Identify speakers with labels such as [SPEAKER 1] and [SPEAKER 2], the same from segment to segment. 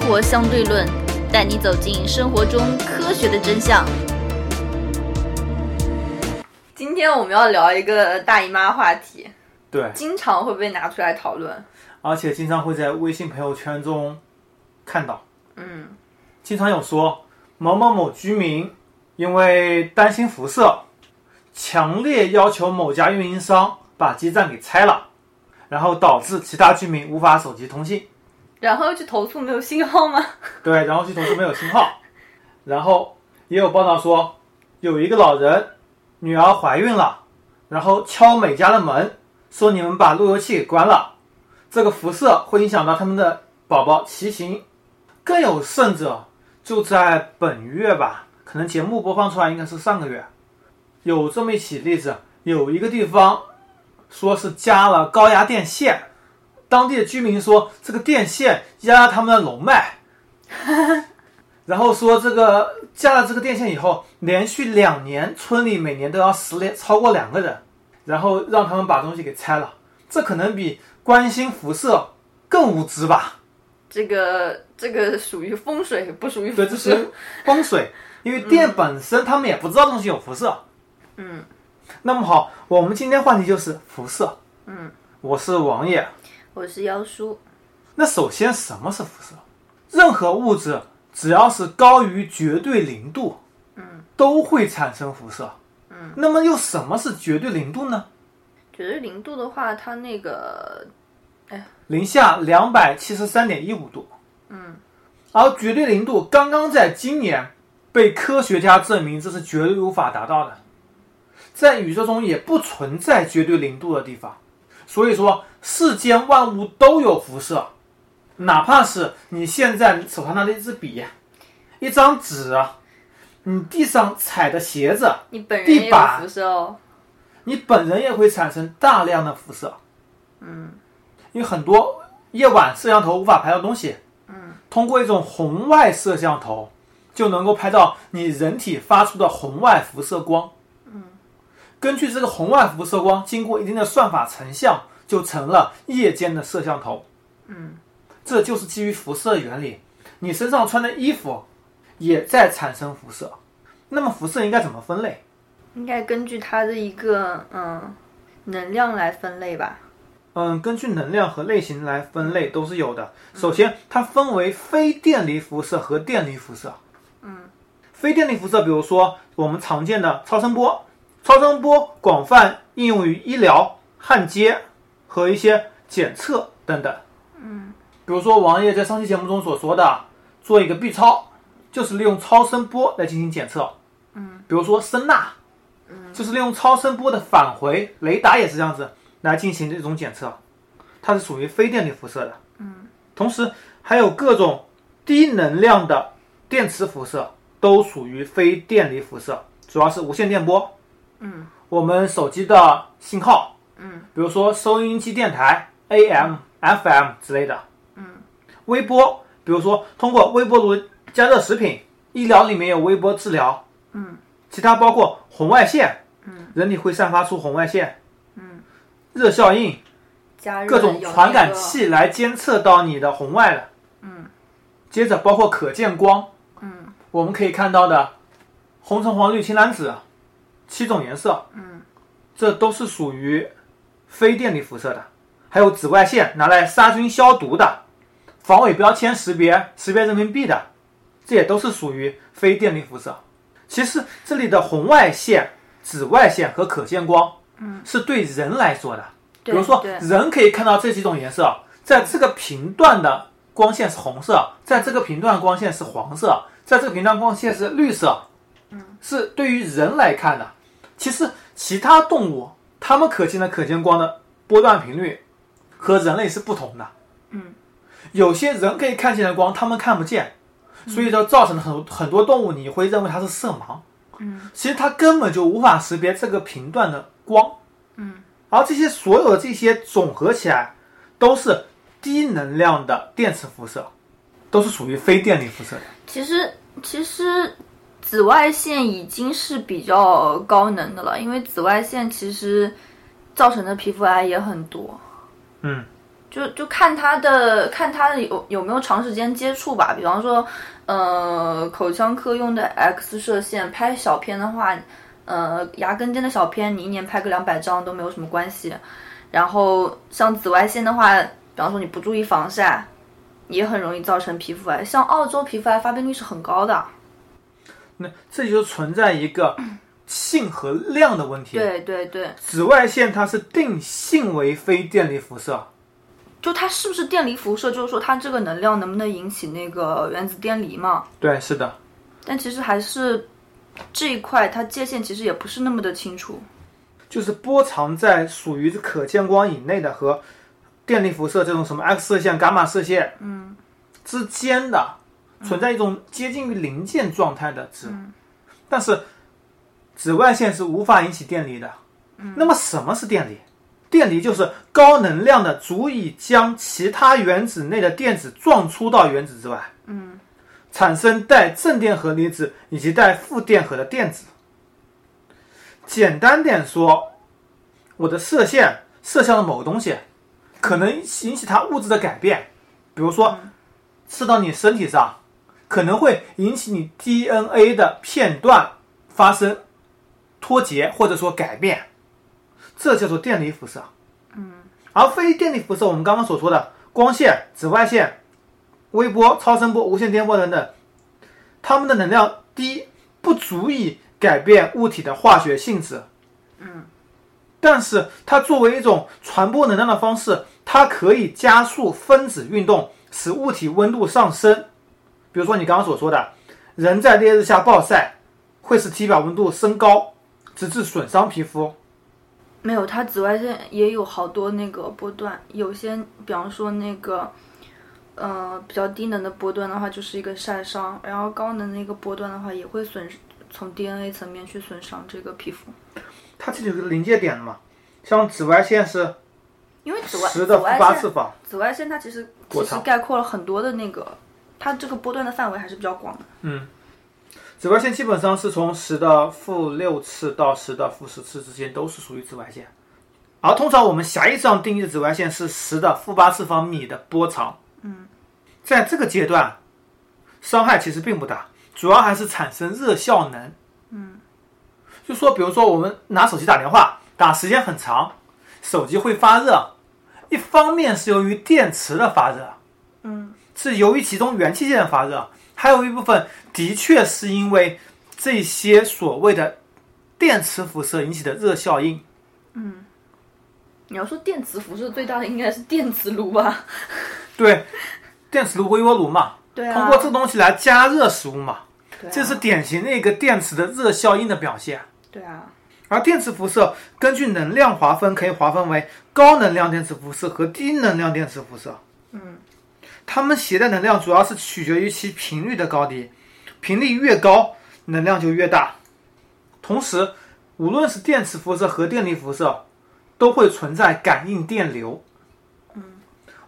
[SPEAKER 1] 活相对论》，带你走进生活中科学的真相。今天我们要聊一个大姨妈话题，
[SPEAKER 2] 对，
[SPEAKER 1] 经常会被拿出来讨论。
[SPEAKER 2] 而且经常会在微信朋友圈中看到，
[SPEAKER 1] 嗯，
[SPEAKER 2] 经常有说某某某居民因为担心辐射，强烈要求某家运营商把基站给拆了，然后导致其他居民无法手机通信。
[SPEAKER 1] 然后去投诉没有信号吗？
[SPEAKER 2] 对，然后系统是没有信号。然后也有报道说，有一个老人女儿怀孕了，然后敲每家的门，说你们把路由器给关了，这个辐射会影响到他们的宝宝骑行。更有甚者，就在本月吧，可能节目播放出来应该是上个月，有这么一起例子，有一个地方说是加了高压电线，当地的居民说这个电线压他们的龙脉。然后说这个加了这个电线以后，连续两年村里每年都要死两超过两个人，然后让他们把东西给拆了，这可能比关心辐射更无知吧？
[SPEAKER 1] 这个这个属于风水，不 属于
[SPEAKER 2] 对，
[SPEAKER 1] 风
[SPEAKER 2] 这
[SPEAKER 1] 水。
[SPEAKER 2] 属于风水，因为电本身他们也不知道东西有辐射。
[SPEAKER 1] 嗯，
[SPEAKER 2] 那么好，我们今天话题就是辐射。
[SPEAKER 1] 嗯，
[SPEAKER 2] 我是王爷。
[SPEAKER 1] 我是妖叔，
[SPEAKER 2] 那首先，什么是辐射？任何物质只要是高于绝对零度，
[SPEAKER 1] 嗯，
[SPEAKER 2] 都会产生辐射。
[SPEAKER 1] 嗯，
[SPEAKER 2] 那么又什么是绝对零度呢？
[SPEAKER 1] 绝对零度的话，它那个
[SPEAKER 2] 零下两百七十三点一五度。
[SPEAKER 1] 嗯，
[SPEAKER 2] 而绝对零度刚刚在今年被科学家证明这是绝对无法达到的，在宇宙中也不存在绝对零度的地方。所以说，世间万物都有辐射，哪怕是你现在手上拿的一支笔、一张纸，你地上踩的鞋子，
[SPEAKER 1] 你本人
[SPEAKER 2] 地
[SPEAKER 1] 也有
[SPEAKER 2] 板
[SPEAKER 1] 辐射哦。
[SPEAKER 2] 你本人也会产生大量的辐射。嗯，因为很多夜晚摄像头无法拍到东西。嗯，通过一种红外摄像头就能够拍到你人体发出的红外辐射光。嗯，根据这个红外辐射光，经过一定的算法成像，就成了夜间的摄像头。嗯，这就是基于辐射原理，你身上穿的衣服也在产生辐射。那么辐射应该怎么分类？
[SPEAKER 1] 应该根据它的一个嗯能量来分类吧。
[SPEAKER 2] 嗯，根据能量和类型来分类都是有的。首先，它分为非电离辐射和电离辐射。嗯，非电离辐射，比如说我们常见的超声波，超声波广泛应用于医疗、焊接和一些检测等等。嗯，比如说王爷在上期节目中所说的，做一个 B 超，就是利用超声波来进行检测。嗯，比如说声呐，就是利用超声波的返回，雷达也是这样子来进行这种检测，它是属于非电离辐射的。嗯，同时还有各种低能量的电磁辐射都属于非电离辐射，主要是无线电波。
[SPEAKER 1] 嗯，
[SPEAKER 2] 我们手机的信号，
[SPEAKER 1] 嗯，
[SPEAKER 2] 比如说收音机电台 AM、FM 之类的。嗯，微波，比如说通过微波炉加热食品，医疗里面有微波治疗。
[SPEAKER 1] 嗯
[SPEAKER 2] 其他包括红外线，嗯，人体会散发出红外线，嗯，热效应，
[SPEAKER 1] 加热
[SPEAKER 2] 各种
[SPEAKER 1] 有
[SPEAKER 2] 传
[SPEAKER 1] 那
[SPEAKER 2] 感
[SPEAKER 1] 个
[SPEAKER 2] 器来监测到你的红外了，
[SPEAKER 1] 嗯，
[SPEAKER 2] 接着包括可见光，
[SPEAKER 1] 嗯，
[SPEAKER 2] 我们可以看到的红橙黄绿青蓝紫七种颜色，
[SPEAKER 1] 嗯，
[SPEAKER 2] 这都是属于非电离辐射的，还有紫外线拿来杀菌消毒的，防伪标签识别、识别人民币的，这也都是属于非电离辐射。其实这里的红外线、紫外线和可见光，嗯，是对人来说的。比
[SPEAKER 1] 对
[SPEAKER 2] 如说，
[SPEAKER 1] 对
[SPEAKER 2] 人可以看到这几种颜色，啊在这个频段的光线是红色，啊在这个频段光线是黄色，啊在这个频段光线是绿色，嗯，是对于人来看的。其实其他动物它们可见的可见光的波段频率和人类是不同的。
[SPEAKER 1] 嗯，
[SPEAKER 2] 有些人可以看见的光，它们看不见，所以就造成了很多很多动物你会认为它是色盲。
[SPEAKER 1] 嗯，
[SPEAKER 2] 其实它根本就无法识别这个频段的光。
[SPEAKER 1] 嗯，
[SPEAKER 2] 而这些所有的这些总合起来，都是低能量的电磁辐射，都是属于非电离辐射的。
[SPEAKER 1] 其实其实紫外线已经是比较高能的了，因为紫外线其实造成的皮肤癌也很多。
[SPEAKER 2] 嗯，
[SPEAKER 1] 就就看他的看他的有有没有长时间接触吧。比方说，呃，口腔科用的 X 射线拍小片的话，呃，牙根尖的小片你一年拍个两百张都没有什么关系。然后像紫外线的话，比方说你不注意防晒，也很容易造成皮肤癌。像澳洲皮肤癌发病率是很高的。
[SPEAKER 2] 那这就存在一个性和量的问题。
[SPEAKER 1] 对对对，
[SPEAKER 2] 紫外线它是定性为非电离辐射，
[SPEAKER 1] 就它是不是电离辐射，就是说它这个能量能不能引起那个原子电离嘛？
[SPEAKER 2] 对，是的。
[SPEAKER 1] 但其实还是这一块它界限其实也不是那么的清楚。
[SPEAKER 2] 就是波长在属于可见光以内的和电离辐射这种什么 X 射线、伽马射线，嗯，之间的存在一种接近于临界状态的值，但是紫外线是无法引起电离的。那么什么是电离？电离就是高能量的，足以将其他原子内的电子撞出到原子之外，嗯，产生带正电荷离子以及带负电荷的电子。简单点说，我的射线射向了某个东西，可能引起它物质的改变，比如说射到你身体上，可能会引起你 DNA 的片段发生脱节或者说改变，这叫做电离辐射。嗯，而非电离辐射，我们刚刚所说的光线、紫外线、微波、超声波、无线电波等等，它们的能量低，不足以改变物体的化学性质。嗯，但是它作为一种传播能量的方式，它可以加速分子运动，使物体温度上升。比如说你刚刚所说的，人在烈日下暴晒，会使体表温度升高，直至损伤皮肤。
[SPEAKER 1] 没有，它紫外线也有好多那个波段，有些比方说那个，呃，比较低能的波段的话，就是一个晒伤，然后高能的一个波段的话，也会损从 DNA 层面去损伤这个皮肤，
[SPEAKER 2] 它这里有个临界点嘛，像紫外线是
[SPEAKER 1] 因为紫外
[SPEAKER 2] 十
[SPEAKER 1] 紫
[SPEAKER 2] 的负
[SPEAKER 1] 外
[SPEAKER 2] 八
[SPEAKER 1] 线
[SPEAKER 2] 次方，
[SPEAKER 1] 紫外线它其实
[SPEAKER 2] 多
[SPEAKER 1] 其实
[SPEAKER 2] 长
[SPEAKER 1] 概括了很多的那个，它这个波段的范围还是比较广的。
[SPEAKER 2] 紫外线基本上是从十的负六次到十的负十次之间都是属于紫外线，而通常我们狭义上定义的紫外线是十的负八次方米的波长。嗯，在这个阶段，伤害其实并不大，主要还是产生热效能。嗯，就说比如说我们拿手机打电话，打时间很长，手机会发热，一方面是由于电池的发热，嗯是由于其中元器件的发热，还有一部分的确是因为这些所谓的电磁辐射引起的热效应。
[SPEAKER 1] 你要说电磁辐射最大的应该是电磁炉吧？
[SPEAKER 2] 对，电磁炉、微波炉嘛，
[SPEAKER 1] 对
[SPEAKER 2] 通
[SPEAKER 1] 啊
[SPEAKER 2] 过，这东西来加热食物嘛，
[SPEAKER 1] 对啊
[SPEAKER 2] 这是典型的一个电磁的热效应的表现。
[SPEAKER 1] 对啊，
[SPEAKER 2] 而电磁辐射根据能量划分，可以划分为高能量电磁辐射和低能量电磁辐射。嗯，它们携带能量主要是取决于其频率的高低，频率越高，能量就越大。同时，无论是电磁辐射和电离辐射，都会存在感应电流。嗯，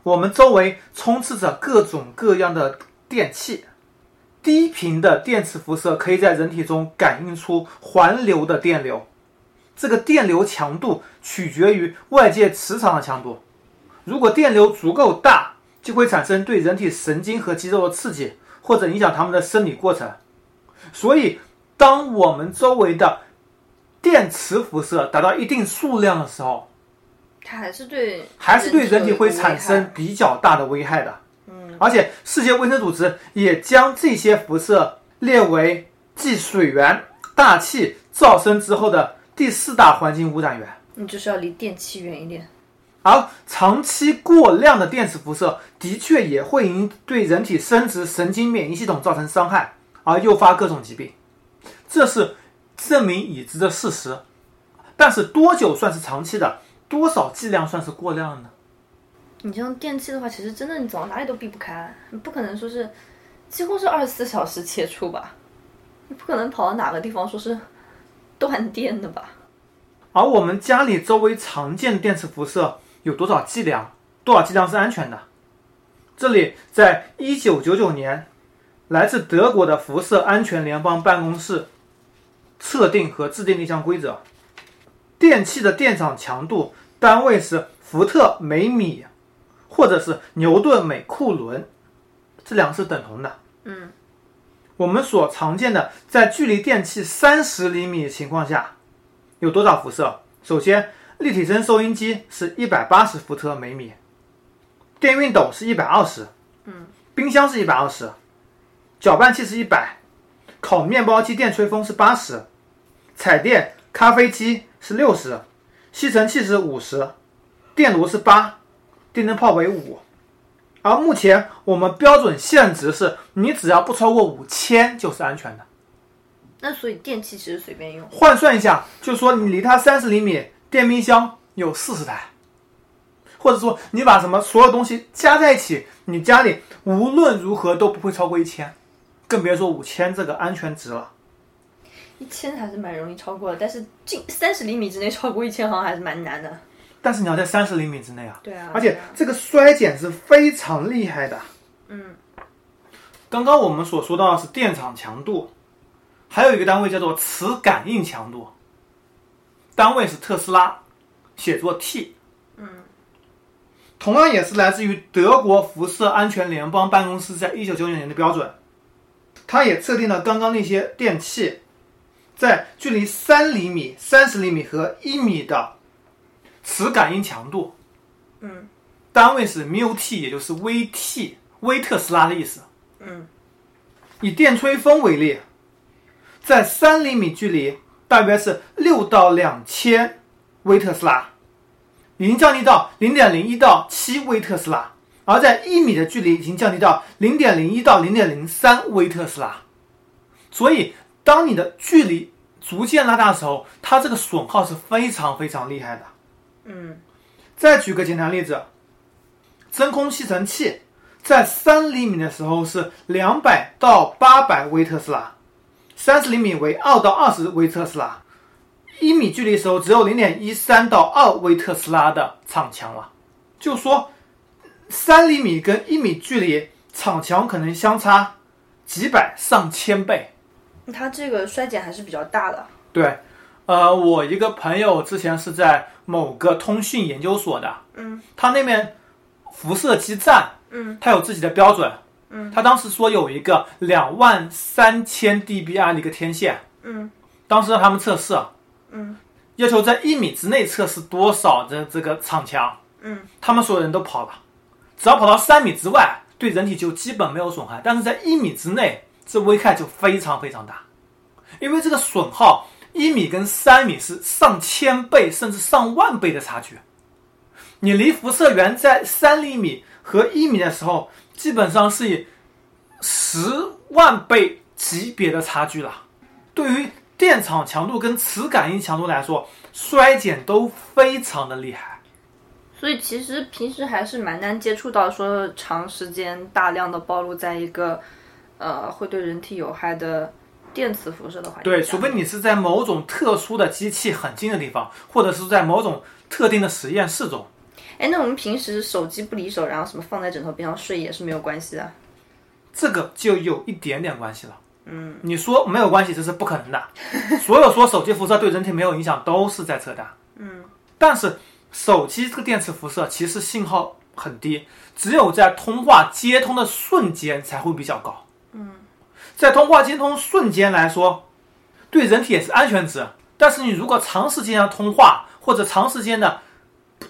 [SPEAKER 2] 我们周围充斥着各种各样的电器。低频的电磁辐射可以在人体中感应出环流的电流，这个电流强度取决于外界磁场的强度。如果电流足够大，就会产生对人体神经和肌肉的刺激，或者影响它们的生理过程。所以，当我们周围的电磁辐射达到一定数量的时候，
[SPEAKER 1] 它还是对
[SPEAKER 2] 还是对人体会
[SPEAKER 1] 有一个危害
[SPEAKER 2] 产生比较大的危害的。嗯，而且世界卫生组织也将这些辐射列为继水源、大气噪声之后的第四大环境污染源。
[SPEAKER 1] 你就是要离电器远一点。
[SPEAKER 2] 而长期过量的电磁辐射的确也会因对人体生殖神经免疫系统造成伤害，而诱发各种疾病，这是证明已知的事实。但是多久算是长期的？多少剂量算是过量呢？
[SPEAKER 1] 你像电器的话，其实真的你走到哪里都避不开，你不可能说是几乎是二十四小时接触吧，你不可能跑到哪个地方说是断电的吧？
[SPEAKER 2] 而我们家里周围常见的电磁辐射有多少剂量？多少剂量是安全的？这里在一九九九年，来自德国的辐射安全联邦办公室测定和制定了一项规则：电器的电场强度单位是伏特每米，或者是牛顿每库仑，这两个是等同的。
[SPEAKER 1] 嗯，
[SPEAKER 2] 我们所常见的在距离电器三十厘米情况下有多少辐射？首先，立体声收音机是一百八十伏特每米，电熨斗是一百二十，
[SPEAKER 1] 嗯，
[SPEAKER 2] 冰箱是一百二十，搅拌器是一百，烤面包机电吹风是八十，彩电、咖啡机是六十，吸尘器是五十，电炉是八，电灯泡为五。而目前我们标准限值是你只要不超过五千就是安全的。
[SPEAKER 1] 那所以电器其实随便用。
[SPEAKER 2] 换算一下，就说你离它三十厘米，电冰箱有四十台，或者说你把什么所有东西加在一起，你家里无论如何都不会超过一千，更别说五千这个安全值了。
[SPEAKER 1] 一千还是蛮容易超过的，但是近三十厘米之内超过一千好像还是蛮难的。
[SPEAKER 2] 但是你要在三十厘米之内啊，
[SPEAKER 1] 对啊，
[SPEAKER 2] 而且这个衰减是非常厉害的。
[SPEAKER 1] 嗯，
[SPEAKER 2] 刚刚我们所说到的是电场强度，还有一个单位叫做磁感应强度，单位是特斯拉，写作 T。
[SPEAKER 1] 嗯，
[SPEAKER 2] 同样也是来自于德国辐射安全联邦办公室在一九九九年的标准，它也测定了刚刚那些电器在距离三厘米、三十厘米和一米的磁感应强度。
[SPEAKER 1] 嗯，
[SPEAKER 2] 单位是 mu t，也就是微 t，微特斯拉的意思。
[SPEAKER 1] 嗯，
[SPEAKER 2] 以电吹风为例，在三厘米距离，大约是六到两千微特斯拉，已经降低到零点零一到七微特斯拉，而在一米的距离已经降低到零点零一到零点零三微特斯拉。所以，当你的距离逐渐拉大的时候，它这个损耗是非常非常厉害的。
[SPEAKER 1] 嗯
[SPEAKER 2] 再举个简单例子，真空吸尘器在三厘米的时候是两百到八百微特斯拉，三十厘米为二到二十微特斯拉，一米距离的时候只有零点一三到二微特斯拉的场强了。就说三厘米跟一米距离场强可能相差几百上千倍。
[SPEAKER 1] 嗯，它这个衰减还是比较大的。
[SPEAKER 2] 对，呃，我一个朋友之前是在某个通讯研究所的，
[SPEAKER 1] 嗯，
[SPEAKER 2] 他那边辐射基站，
[SPEAKER 1] 嗯，
[SPEAKER 2] 他有自己的标准，嗯，他当时说有一个两万三千 dBi 的一个天线，
[SPEAKER 1] 嗯
[SPEAKER 2] 当时让他们测试，啊
[SPEAKER 1] 嗯，
[SPEAKER 2] 要求在一米之内测试多少的这个场强，
[SPEAKER 1] 嗯，
[SPEAKER 2] 他们所有人都跑了，只要跑到三米之外，对人体就基本没有损害，但是在一米之内，这危害就非常非常大，因为这个损耗一米跟三米是上千倍甚至上万倍的差距，你离辐射源在三厘米和一米的时候，基本上是以十万倍级别的差距了。对于电场强度跟磁感应强度来说，衰减都非常的厉害。
[SPEAKER 1] 所以其实平时还是蛮难接触到说长时间大量的暴露在一个呃会对人体有害的电磁辐射的环境下。
[SPEAKER 2] 对，除非你是在某种特殊的机器很近的地方，或者是在某种特定的实验室中。
[SPEAKER 1] 哎，那我们平时手机不离手，然后什么放在枕头边上睡也是没有关系的。
[SPEAKER 2] 这个就有一点点关系了。嗯，你说没有关系，这是不可能的。 所有说手机辐射对人体没有影响，都是在扯淡。嗯，但是手机这个电磁辐射其实信号很低，只有在通话接通的瞬间才会比较高。嗯，在通话接通瞬间来说，对人体也是安全值。但是你如果长时间的通话或者长时间的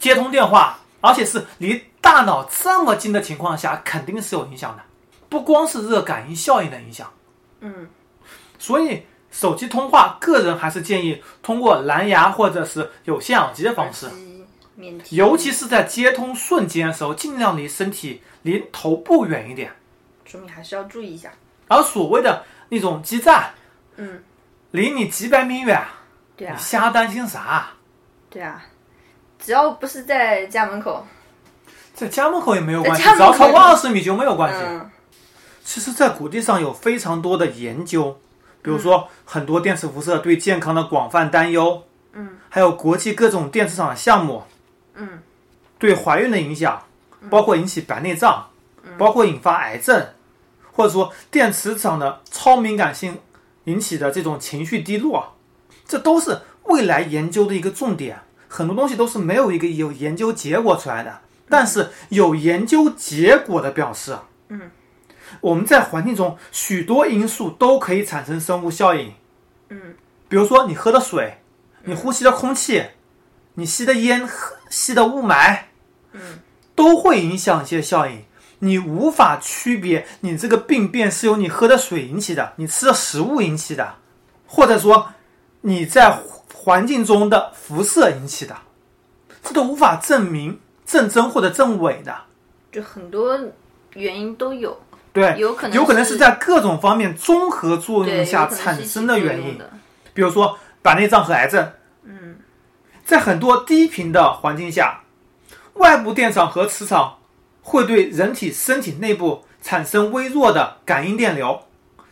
[SPEAKER 2] 接通电话，而且是离大脑这么近的情况下，肯定是有影响的。不光是热感应效应的影响，
[SPEAKER 1] 嗯
[SPEAKER 2] 所以手机通话，个人还是建议通过蓝牙或者是有线耳机的方式
[SPEAKER 1] 耳，机，免提，
[SPEAKER 2] 尤其是在接通瞬间的时候，尽量离身体、离头部远一点。
[SPEAKER 1] 说明还是要注意一下。
[SPEAKER 2] 而所谓的那种基站，
[SPEAKER 1] 嗯，
[SPEAKER 2] 离你几百米远，
[SPEAKER 1] 对啊
[SPEAKER 2] 你，瞎担心啥？
[SPEAKER 1] 对啊，只要不是在家门口，
[SPEAKER 2] 在家门口也没有关系，
[SPEAKER 1] 在家
[SPEAKER 2] 只
[SPEAKER 1] 门
[SPEAKER 2] 要
[SPEAKER 1] 口
[SPEAKER 2] 超过二十米就没有关系。
[SPEAKER 1] 嗯
[SPEAKER 2] 其实，在古地上有非常多的研究，比如说很多电磁辐射对健康的广泛担忧，
[SPEAKER 1] 嗯，
[SPEAKER 2] 还有国际各种电磁场的项目
[SPEAKER 1] 嗯
[SPEAKER 2] 对怀孕的影响，包括引起白内障，
[SPEAKER 1] 嗯
[SPEAKER 2] 包括引发癌症，或者说电磁场的超敏感性引起的这种情绪低落，这都是未来研究的一个重点。很多东西都是没有一个有研究结果出来的，但是有研究结果的表示，
[SPEAKER 1] 嗯，
[SPEAKER 2] 我们在环境中许多因素都可以产生生物效应，
[SPEAKER 1] 嗯，
[SPEAKER 2] 比如说你喝的水，你呼吸的空气，你吸的烟、喝吸的雾霾，
[SPEAKER 1] 嗯，
[SPEAKER 2] 都会影响一些效应。你无法区别你这个病变是由你喝的水引起的，你吃的食物引起的，或者说你在环境中的辐射引起的，这都无法证明、证真或者证伪的。
[SPEAKER 1] 就很多原因都有，
[SPEAKER 2] 对，
[SPEAKER 1] 有可能
[SPEAKER 2] 有可能
[SPEAKER 1] 是
[SPEAKER 2] 是在各种方面综合作
[SPEAKER 1] 对，
[SPEAKER 2] 用
[SPEAKER 1] 有
[SPEAKER 2] 下
[SPEAKER 1] 可能是
[SPEAKER 2] 产
[SPEAKER 1] 一起
[SPEAKER 2] 生的
[SPEAKER 1] 作
[SPEAKER 2] 原
[SPEAKER 1] 用
[SPEAKER 2] 因，
[SPEAKER 1] 的
[SPEAKER 2] 比如说白内障和癌症。
[SPEAKER 1] 嗯，
[SPEAKER 2] 在很多低频的环境下，外部电场和磁场会对人体身体内部产生微弱的感应电流，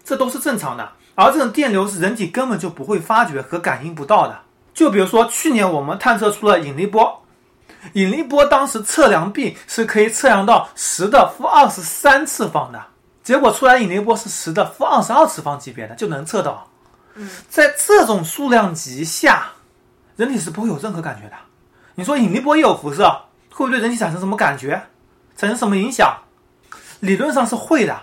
[SPEAKER 2] 这都是正常的。而这种电流是人体根本就不会发觉和感应不到的。就比如说，去年我们探测出了引力波，引力波当时测量臂是可以测量到十的负二十三次方的，结果出来引力波是十的负二十二次方级别的，就能测到。在这种数量级下，人体是不会有任何感觉的。你说引力波也有辐射，会不会对人体产生什么感觉，产生什么影响？理论上是会的，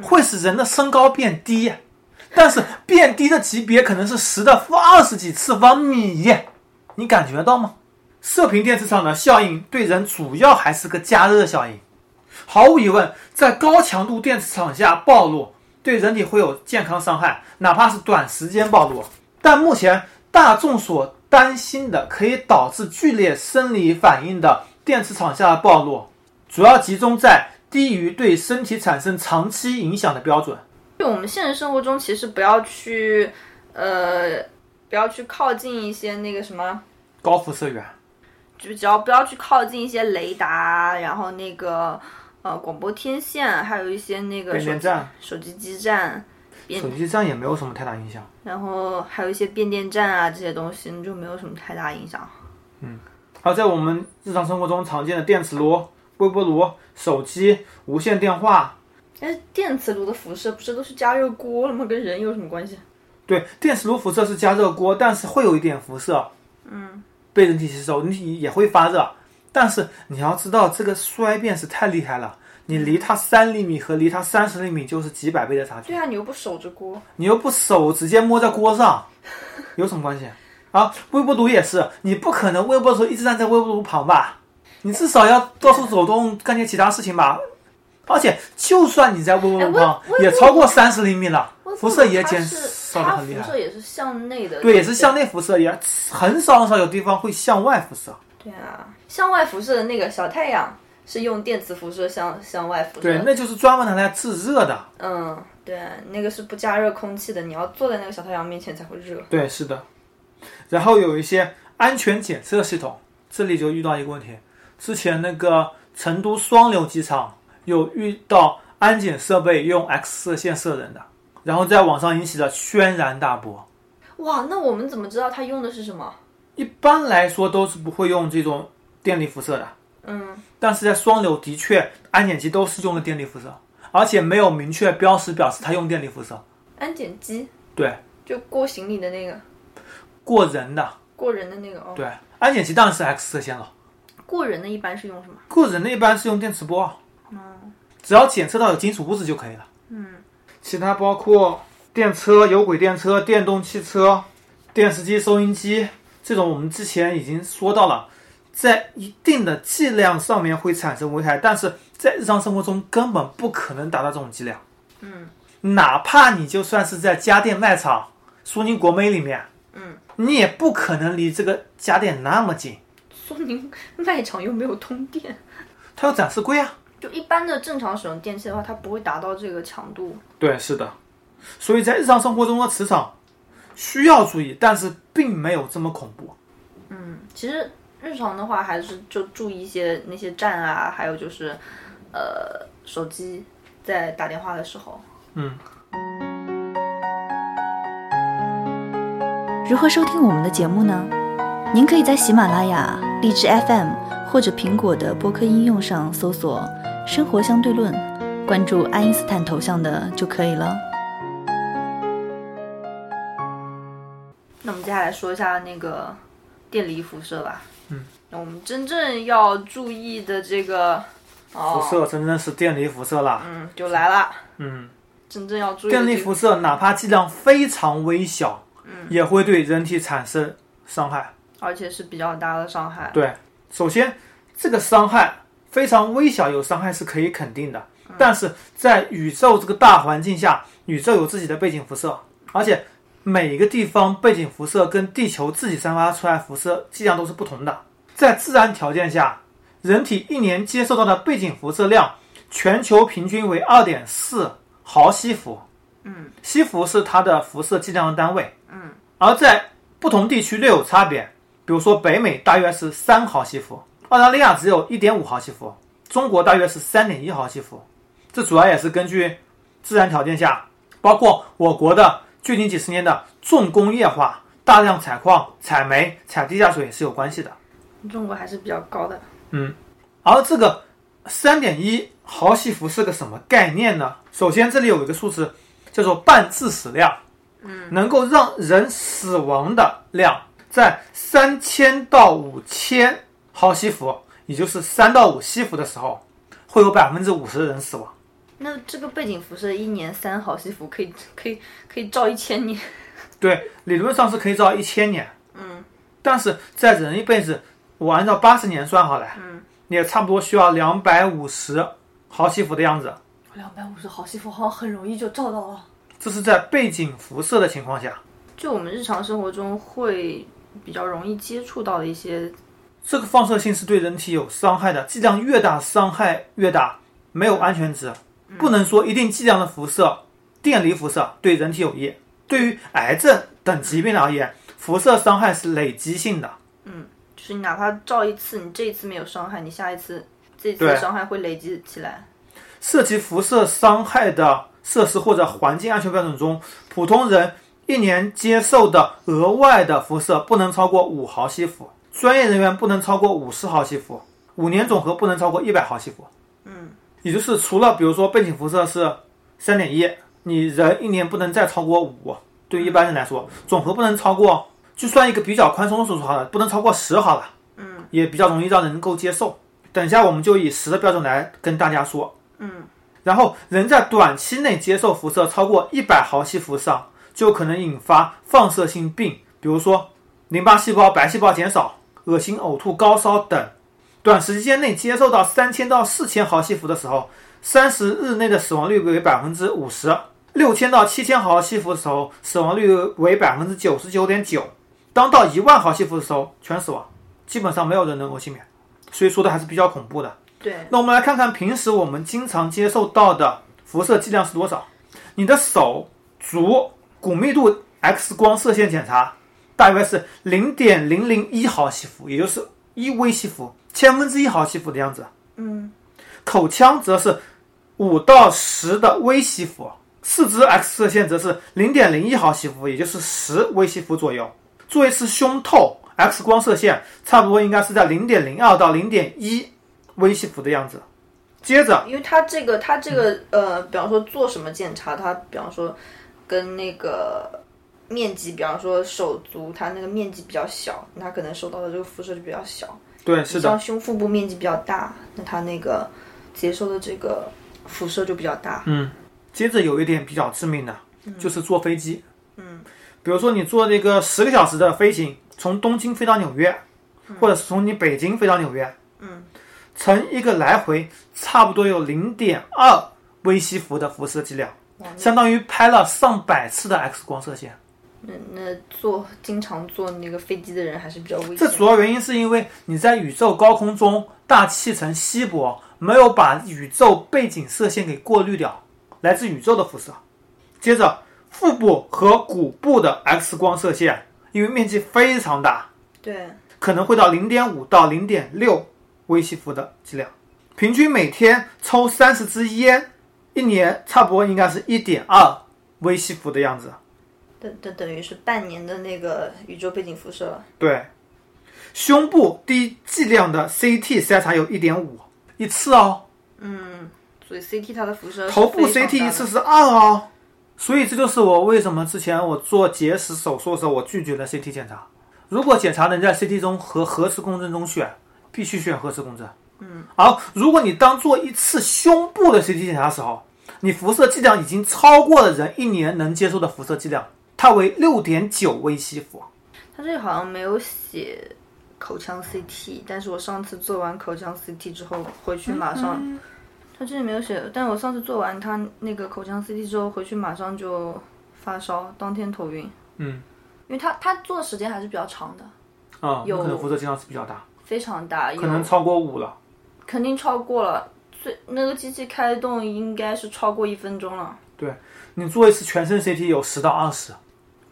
[SPEAKER 2] 会使人的身高变低，但是变低的级别可能是十的负二十几次方米，你感觉到吗？射频电磁场的效应对人主要还是个加热效应，毫无疑问，在高强度电磁场下暴露对人体会有健康伤害，哪怕是短时间暴露。但目前大众所担心的可以导致剧烈生理反应的电磁场下的暴露，主要集中在低于对身体产生长期影响的标准。
[SPEAKER 1] 就我们现实生活中，其实不要去，呃，不要去靠近一些那个什么，
[SPEAKER 2] 高辐射源，
[SPEAKER 1] 就只要不要去靠近一些雷达，然后那个呃广播天线，还有一些那个
[SPEAKER 2] 变
[SPEAKER 1] 手
[SPEAKER 2] 电
[SPEAKER 1] 机
[SPEAKER 2] 站
[SPEAKER 1] 手机基站，变
[SPEAKER 2] 手机上也没有什么太大影响。
[SPEAKER 1] 然后还有一些变电站啊这些东西，就没有什么太大影响。
[SPEAKER 2] 还有在我们日常生活中常见的电磁炉、微波炉、手机、无线电话、
[SPEAKER 1] 但是电磁炉的辐射不是都是加热锅了吗？跟人有什么关系？
[SPEAKER 2] 对，电磁炉辐射是加热锅，但是会有一点辐射，嗯，被人体吸收，你也会发热。但是你要知道，这个衰变是太厉害了，你离它三厘米和离它三十厘米就是几百倍的差距，
[SPEAKER 1] 对啊，你又不守着锅。
[SPEAKER 2] 你又不手直接摸在 锅上，有什么关系啊？微波炉也是，你不可能微波炉一直站在微波炉旁吧？你至少要到处走动，干些其他事情吧。而且，就算你在微波
[SPEAKER 1] 哎
[SPEAKER 2] 炉
[SPEAKER 1] 微
[SPEAKER 2] 旁，
[SPEAKER 1] 微
[SPEAKER 2] 也
[SPEAKER 1] 波
[SPEAKER 2] 超过三十厘米了
[SPEAKER 1] 微，波
[SPEAKER 2] 辐
[SPEAKER 1] 炉
[SPEAKER 2] 射也
[SPEAKER 1] 它
[SPEAKER 2] 减
[SPEAKER 1] 是
[SPEAKER 2] 少的
[SPEAKER 1] 它
[SPEAKER 2] 很厉害。
[SPEAKER 1] 辐射也是向内的，
[SPEAKER 2] 对，也是向内辐射，也很少很少有地方会向外辐射。
[SPEAKER 1] 对啊，向外辐射的那个小太阳是用电磁辐射向向外辐射。
[SPEAKER 2] 对，，那就是专门拿来制热的。
[SPEAKER 1] 嗯，对，那个是不加热空气的，你要坐在那个小太阳面前才会热。
[SPEAKER 2] 对，是的。然后有一些安全检测系统，这里就遇到一个问题。之前那个成都双流机场有遇到安检设备用 X 射线射人的，然后在网上引起了轩然大波。
[SPEAKER 1] 哇，那我们怎么知道它用的是什么？
[SPEAKER 2] 一般来说都是不会用这种电力辐射的，
[SPEAKER 1] 嗯，
[SPEAKER 2] 但是在双流的确安检机都是用了电力辐射，而且没有明确标识表示它用电力辐射。
[SPEAKER 1] 安检机，
[SPEAKER 2] 对，
[SPEAKER 1] 就过行李的那个，
[SPEAKER 2] 过人的，
[SPEAKER 1] 过人的那个哦。
[SPEAKER 2] 对，安检机当然是 X 射线了，
[SPEAKER 1] 过人的一般是用什么？
[SPEAKER 2] 过人的一般是用电磁波，啊
[SPEAKER 1] 嗯
[SPEAKER 2] 只要检测到有金属物质就可以了。
[SPEAKER 1] 嗯，
[SPEAKER 2] 其他包括电车、有轨电车、电动汽车、电视机、收音机这种，我们之前已经说到了，在一定的剂量上面会产生危害，但是在日常生活中根本不可能达到这种剂量。
[SPEAKER 1] 嗯，
[SPEAKER 2] 哪怕你就算是在家电卖场、苏宁国美里面，
[SPEAKER 1] 嗯，
[SPEAKER 2] 你也不可能离这个家电那么近，
[SPEAKER 1] 苏宁卖场又没有通电。
[SPEAKER 2] 它有展示柜啊。
[SPEAKER 1] 就一般的正常使用电器的话，它不会达到这个强度。
[SPEAKER 2] 对，是的。所以在日常生活中的磁场需要注意，但是并没有这么恐怖。
[SPEAKER 1] 嗯，其实日常的话还是就注意一些那些站啊，还有就是，呃，手机在打电话的时候，
[SPEAKER 2] 嗯，
[SPEAKER 3] 如何收听我们的节目呢？您可以在喜马拉雅、荔枝 FM 或者苹果的播客应用上搜索“生活相对论”，关注爱因斯坦头像的就可以了。
[SPEAKER 1] 那我们接下来说一下那个电离辐射吧。
[SPEAKER 2] 嗯，
[SPEAKER 1] 我们真正要注意的这个
[SPEAKER 2] 辐
[SPEAKER 1] 哦，
[SPEAKER 2] 射真正是电离辐射啦。
[SPEAKER 1] 嗯，就来了。
[SPEAKER 2] 嗯，
[SPEAKER 1] 真正要注意的
[SPEAKER 2] 电离
[SPEAKER 1] 这个
[SPEAKER 2] 辐射哪怕剂量非常微小，
[SPEAKER 1] 嗯
[SPEAKER 2] 也会对人体产生伤害。
[SPEAKER 1] 而且是比较大的伤害。
[SPEAKER 2] 对，首先这个伤害非常微小，有伤害是可以肯定的，但是在宇宙这个大环境下，宇宙有自己的背景辐射，而且每一个地方背景辐射跟地球自己散发出来辐射剂量都是不同的。在自然条件下，人体一年接受到的背景辐射量，全球平均为二点四毫西弗。嗯，西弗是它的辐射剂量的单位。嗯，而在不同地区略有差别。比如说北美大约是三毫西弗，澳大利亚只有一点五毫西弗，中国大约是三点一毫西弗。这主要也是根据自然条件下，包括我国的最近几十年的重工业化、大量采矿、采煤、采地下水是有关系的。
[SPEAKER 1] 中国还是比较高的。
[SPEAKER 2] 而这个三点一毫西弗是个什么概念呢？首先，这里有一个数字叫做半致死量，嗯，能够让人死亡的量在三千到五千毫西弗，也就是三到五西弗的时候，会有百分之五十的人死亡。
[SPEAKER 1] 那这个背景辐射一年三毫西弗，可以可以可以照一千年。
[SPEAKER 2] 对，理论上是可以照一千年，嗯，但是在人一辈子，我按照八十年算好了，嗯，也差不多需要两百五十毫西弗的样子。
[SPEAKER 1] 两百五十毫西弗好像很容易就照到了。
[SPEAKER 2] 这是在背景辐射的情况下。
[SPEAKER 1] 就我们日常生活中会比较容易接触到的一些，
[SPEAKER 2] 这个放射性是对人体有伤害的，剂量越大伤害越大，没有安全值，不能说一定剂量的辐射，电离辐射对人体有益。对于癌症等疾病而言，辐射伤害是累积性的。
[SPEAKER 1] 就是你哪怕照一次，你这一次没有伤害，你下一次这一次
[SPEAKER 2] 对
[SPEAKER 1] 的伤害会累积起来。
[SPEAKER 2] 涉及辐射伤害的设施或者环境安全标准中，普通人一年接受的额外的辐射不能超过五毫西弗，专业人员不能超过五十毫西弗，五年总和不能超过一百毫西弗。嗯，也就是除了比如说背景辐射是三点一，你人一年不能再超过五，对于一般人来说，总和不能超过，就算一个比较宽松的数数好了，不能超过十好了。嗯，也比较容易让人能够接受。等一下，我们就以十的标准来跟大家说。然后人在短期内接受辐射超过一百毫西弗上，就可能引发放射性病，比如说淋巴细胞、白细胞减少、恶心、呕吐、高烧等。短时间内接受到三千到四千毫西弗的时候，三十日内的死亡率为百分之五十；六千到七千毫西弗的时候，死亡率为百分之九十九点九；当到一万毫西弗的时候，全死亡，基本上没有人能够幸免。所以说的还是比较恐怖的。
[SPEAKER 1] 对，
[SPEAKER 2] 那我们来看看平时我们经常接受到的辐射剂量是多少？你的手足骨密度 X 光射线检查大约是零点零零一毫西弗，也就是一微西弗，千分之一毫西弗的样子。
[SPEAKER 1] 嗯，
[SPEAKER 2] 口腔则是五到十的微西弗，四肢 X 射线则是零点零一毫西弗，也就是十微西弗左右。做一次胸透 X 光射线，差不多应该是在零点零二到零点一微西弗的样子。接着，
[SPEAKER 1] 因为它这个它这个呃，比方说做什么检查，它比方说跟那个面积，比方说手足，它那个面积比较小，那它可能受到的这个辐射就比较小。
[SPEAKER 2] 对，是的，
[SPEAKER 1] 像胸腹部面积比较大，那它那个接受的这个辐射就比较大。
[SPEAKER 2] 嗯。接着有一点比较致命的，就是坐飞机。嗯，比如说你坐那个十个小时的飞行，从东京飞到纽约，或者是从你北京飞到纽约，
[SPEAKER 1] 嗯，
[SPEAKER 2] 乘一个来回，差不多有零点二微西弗的辐射剂量，相当于拍了上百次的 X 光射线。
[SPEAKER 1] 那那坐经常坐那个飞机的人还是比较危
[SPEAKER 2] 这
[SPEAKER 1] 险。
[SPEAKER 2] 主要原因是因为你在宇宙高空中大气层稀薄，没有把宇宙背景射线给过滤掉，来自宇宙的辐射。接着，腹部和骨部的 X 光射线，因为面积非常大，
[SPEAKER 1] 对，
[SPEAKER 2] 可能会到零点五到零点六微西弗的剂量。平均每天抽三十支烟，一年差不多应该是一点二微西弗的样子。
[SPEAKER 1] 等等等于是半年的那个宇宙背景辐射了。
[SPEAKER 2] 对，胸部低剂量的 CT 筛查有一点五一次哦，
[SPEAKER 1] 所以 CT 它的辐射是
[SPEAKER 2] 头部
[SPEAKER 1] 非常
[SPEAKER 2] CT
[SPEAKER 1] 大
[SPEAKER 2] 一
[SPEAKER 1] 的
[SPEAKER 2] 次是二哦，所以这就是我为什么之前我做结石手术的时候我拒绝了 CT 检查。如果检查能在 CT 中和核磁共振中选，必须选核磁共振。嗯，而如果你当做一次胸部的 CT 检查时候，你辐射剂量已经超过了人一年能接受的辐射剂量，它为六点九微西弗。
[SPEAKER 1] 它这里好像没有写口腔 CT，但是我上次做完口腔 CT 之后回去马上，
[SPEAKER 2] 嗯
[SPEAKER 1] 它这里没有写，但我上次做完它那个口腔 CT 之后回去马上就发烧，当天头晕。
[SPEAKER 2] 嗯，
[SPEAKER 1] 因为它它做的时间还是比较长的，
[SPEAKER 2] 啊、
[SPEAKER 1] 有
[SPEAKER 2] 有可能辐射剂量是比较大，
[SPEAKER 1] 非常大，有
[SPEAKER 2] 可能超过五了。
[SPEAKER 1] 肯定超过了。最那个机器开动应该是超过一分钟了。
[SPEAKER 2] 你做一次全身 CT 有十到二十，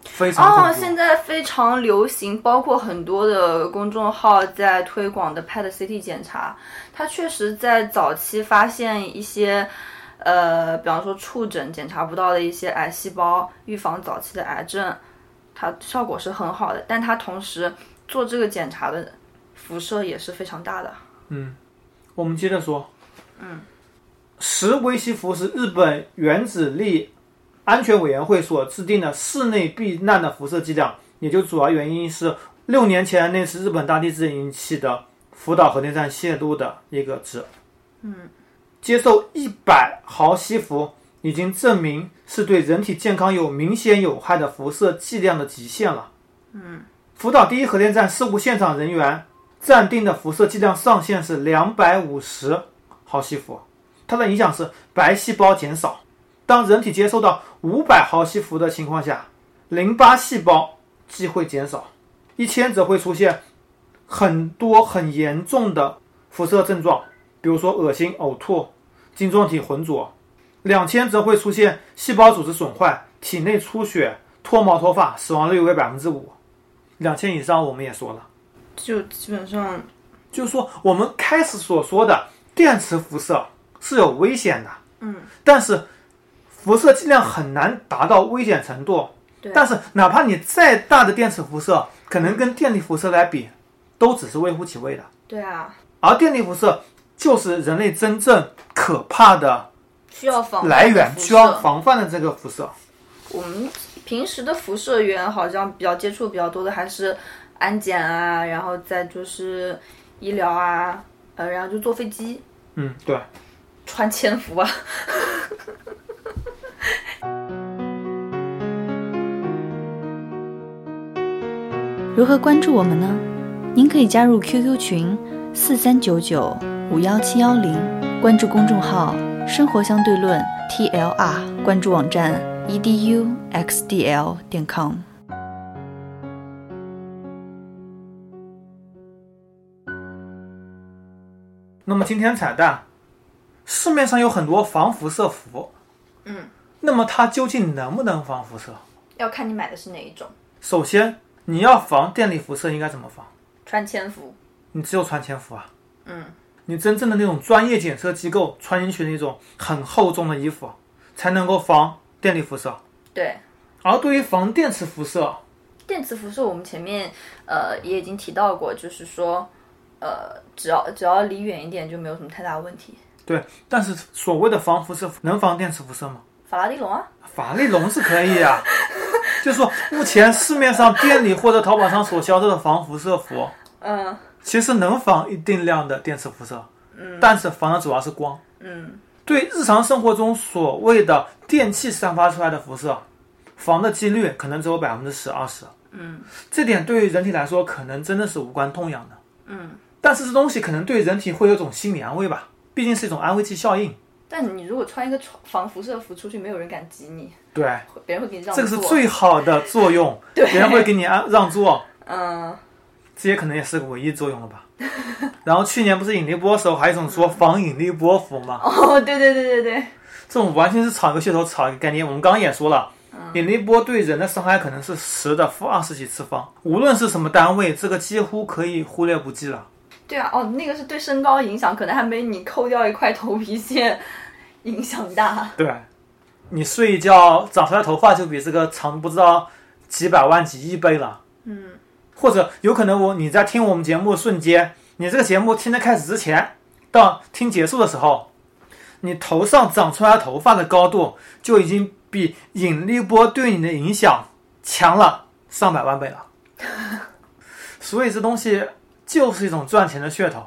[SPEAKER 2] 非常
[SPEAKER 1] 哦，
[SPEAKER 2] 恐怖。
[SPEAKER 1] 现在非常流行，包括很多的公众号在推广的 PET CT 检查，它确实在早期发现一些，呃，比方说触诊检查不到的一些癌细胞，预防早期的癌症，它效果是很好的。但它同时做这个检查的辐射也是非常大的。
[SPEAKER 2] 我们接着说，嗯，十微西弗是日本原子力安全委员会所制定的室内避难的辐射剂量，也就主要原因是六年前那次日本大地震引起的福岛核电站泄露的一个值。嗯，接受一百毫西弗已经证明是对人体健康有明显有害的辐射剂量的极限了。嗯，福岛第一核电站事故现场人员暂定的辐射剂量上限是两百五十毫西弗，它的影响是白细胞减少。当人体接受到五百毫西弗的情况下，淋巴细胞即会减少，一千则会出现很多很严重的辐射症状，比如说恶心、呕吐、晶状体浑浊；两千则会出现细胞组织损坏、体内出血、脱毛脱发，死亡率为百分之五。两千以上我们也说了。
[SPEAKER 1] 就基本上，
[SPEAKER 2] 就是说我们开始所说的电磁辐射是有危险的，
[SPEAKER 1] 嗯，
[SPEAKER 2] 但是辐射剂量很难达到危险程度。
[SPEAKER 1] 对
[SPEAKER 2] 但是哪怕你再大的电磁辐射，可能跟电力辐射来比，都只是微乎其微的。
[SPEAKER 1] 对啊，
[SPEAKER 2] 而电力辐射就是人类真正可怕的
[SPEAKER 1] 需要防
[SPEAKER 2] 来源，
[SPEAKER 1] 辐射
[SPEAKER 2] 需要防范的这个辐射。
[SPEAKER 1] 我们平时的辐射源好像比较接触比较多的还是安检啊，然后再就是医疗啊，呃，然后就坐飞机
[SPEAKER 2] 嗯，对。
[SPEAKER 1] 穿潜伏啊。
[SPEAKER 3] 如何关注我们呢？您可以加入 QQ 群四三九九五幺七幺零，关注公众号“生活相对论 ”TLR，关注网站 E eduxdl 点 com。
[SPEAKER 2] 那么今天彩蛋，市面上有很多防辐射服，
[SPEAKER 1] 嗯，
[SPEAKER 2] 那么它究竟能不能防辐射？
[SPEAKER 1] 要看你买的是哪一种，
[SPEAKER 2] 首先，你要防电力辐射应该怎么防？
[SPEAKER 1] 穿潜伏。
[SPEAKER 2] 你只有穿潜伏啊。
[SPEAKER 1] 嗯，
[SPEAKER 2] 你真正的那种专业检测机构穿进去的那种很厚重的衣服，啊才能够防电力辐射。
[SPEAKER 1] 对，
[SPEAKER 2] 而对于防电磁辐射，
[SPEAKER 1] 电磁辐射我们前面呃也已经提到过，就是说呃只要只要离远一点就没有什么太大问题。
[SPEAKER 2] 对，但是所谓的防辐射能防电磁辐射吗？
[SPEAKER 1] 法拉第笼啊，
[SPEAKER 2] 法力龙是可以啊。 就说目前市面上店里或者淘宝上所销售的防辐射服，
[SPEAKER 1] 嗯
[SPEAKER 2] 其实能防一定量的电磁辐射，嗯，但是防的主要是光。
[SPEAKER 1] 嗯，
[SPEAKER 2] 对日常生活中所谓的电器散发出来的辐射，防的几率可能只有百分之十、二十。嗯，这点对于人体来说，可能真的是无关痛痒的。嗯，但是这东西可能对人体会有种心理安慰吧，毕竟是一种安慰剂效应。
[SPEAKER 1] 但你如果穿一个防辐射服出去，没有人敢挤你，
[SPEAKER 2] 对，
[SPEAKER 1] 别人会给你让
[SPEAKER 2] 这个是
[SPEAKER 1] 座
[SPEAKER 2] 最好的作用，
[SPEAKER 1] 对
[SPEAKER 2] 别人会给你安让座，
[SPEAKER 1] 嗯。
[SPEAKER 2] 这也可能也是个唯一作用了吧。然后去年不是引力波的时候，还有一种说防引力波服吗？
[SPEAKER 1] 嗯哦，对对对对对，
[SPEAKER 2] 这种完全是炒一个噱头，炒一个概念。我们刚刚也说了，
[SPEAKER 1] 嗯
[SPEAKER 2] 引力波对人的伤害可能是十的负二十几次方，无论是什么单位，这个几乎可以忽略不计了。
[SPEAKER 1] 对啊，哦，那个是对身高影响，可能还没你扣掉一块头皮屑影响大。
[SPEAKER 2] 对，你睡一觉长出来头发就比这个长不知道几百万几亿倍了。
[SPEAKER 1] 嗯，
[SPEAKER 2] 或者有可能我你在听我们节目的瞬间，你这个节目听的开始之前到听结束的时候，你头上长出来的头发的高度就已经比引力波对你的影响强了上百万倍了。所以这东西就是一种赚钱的噱头。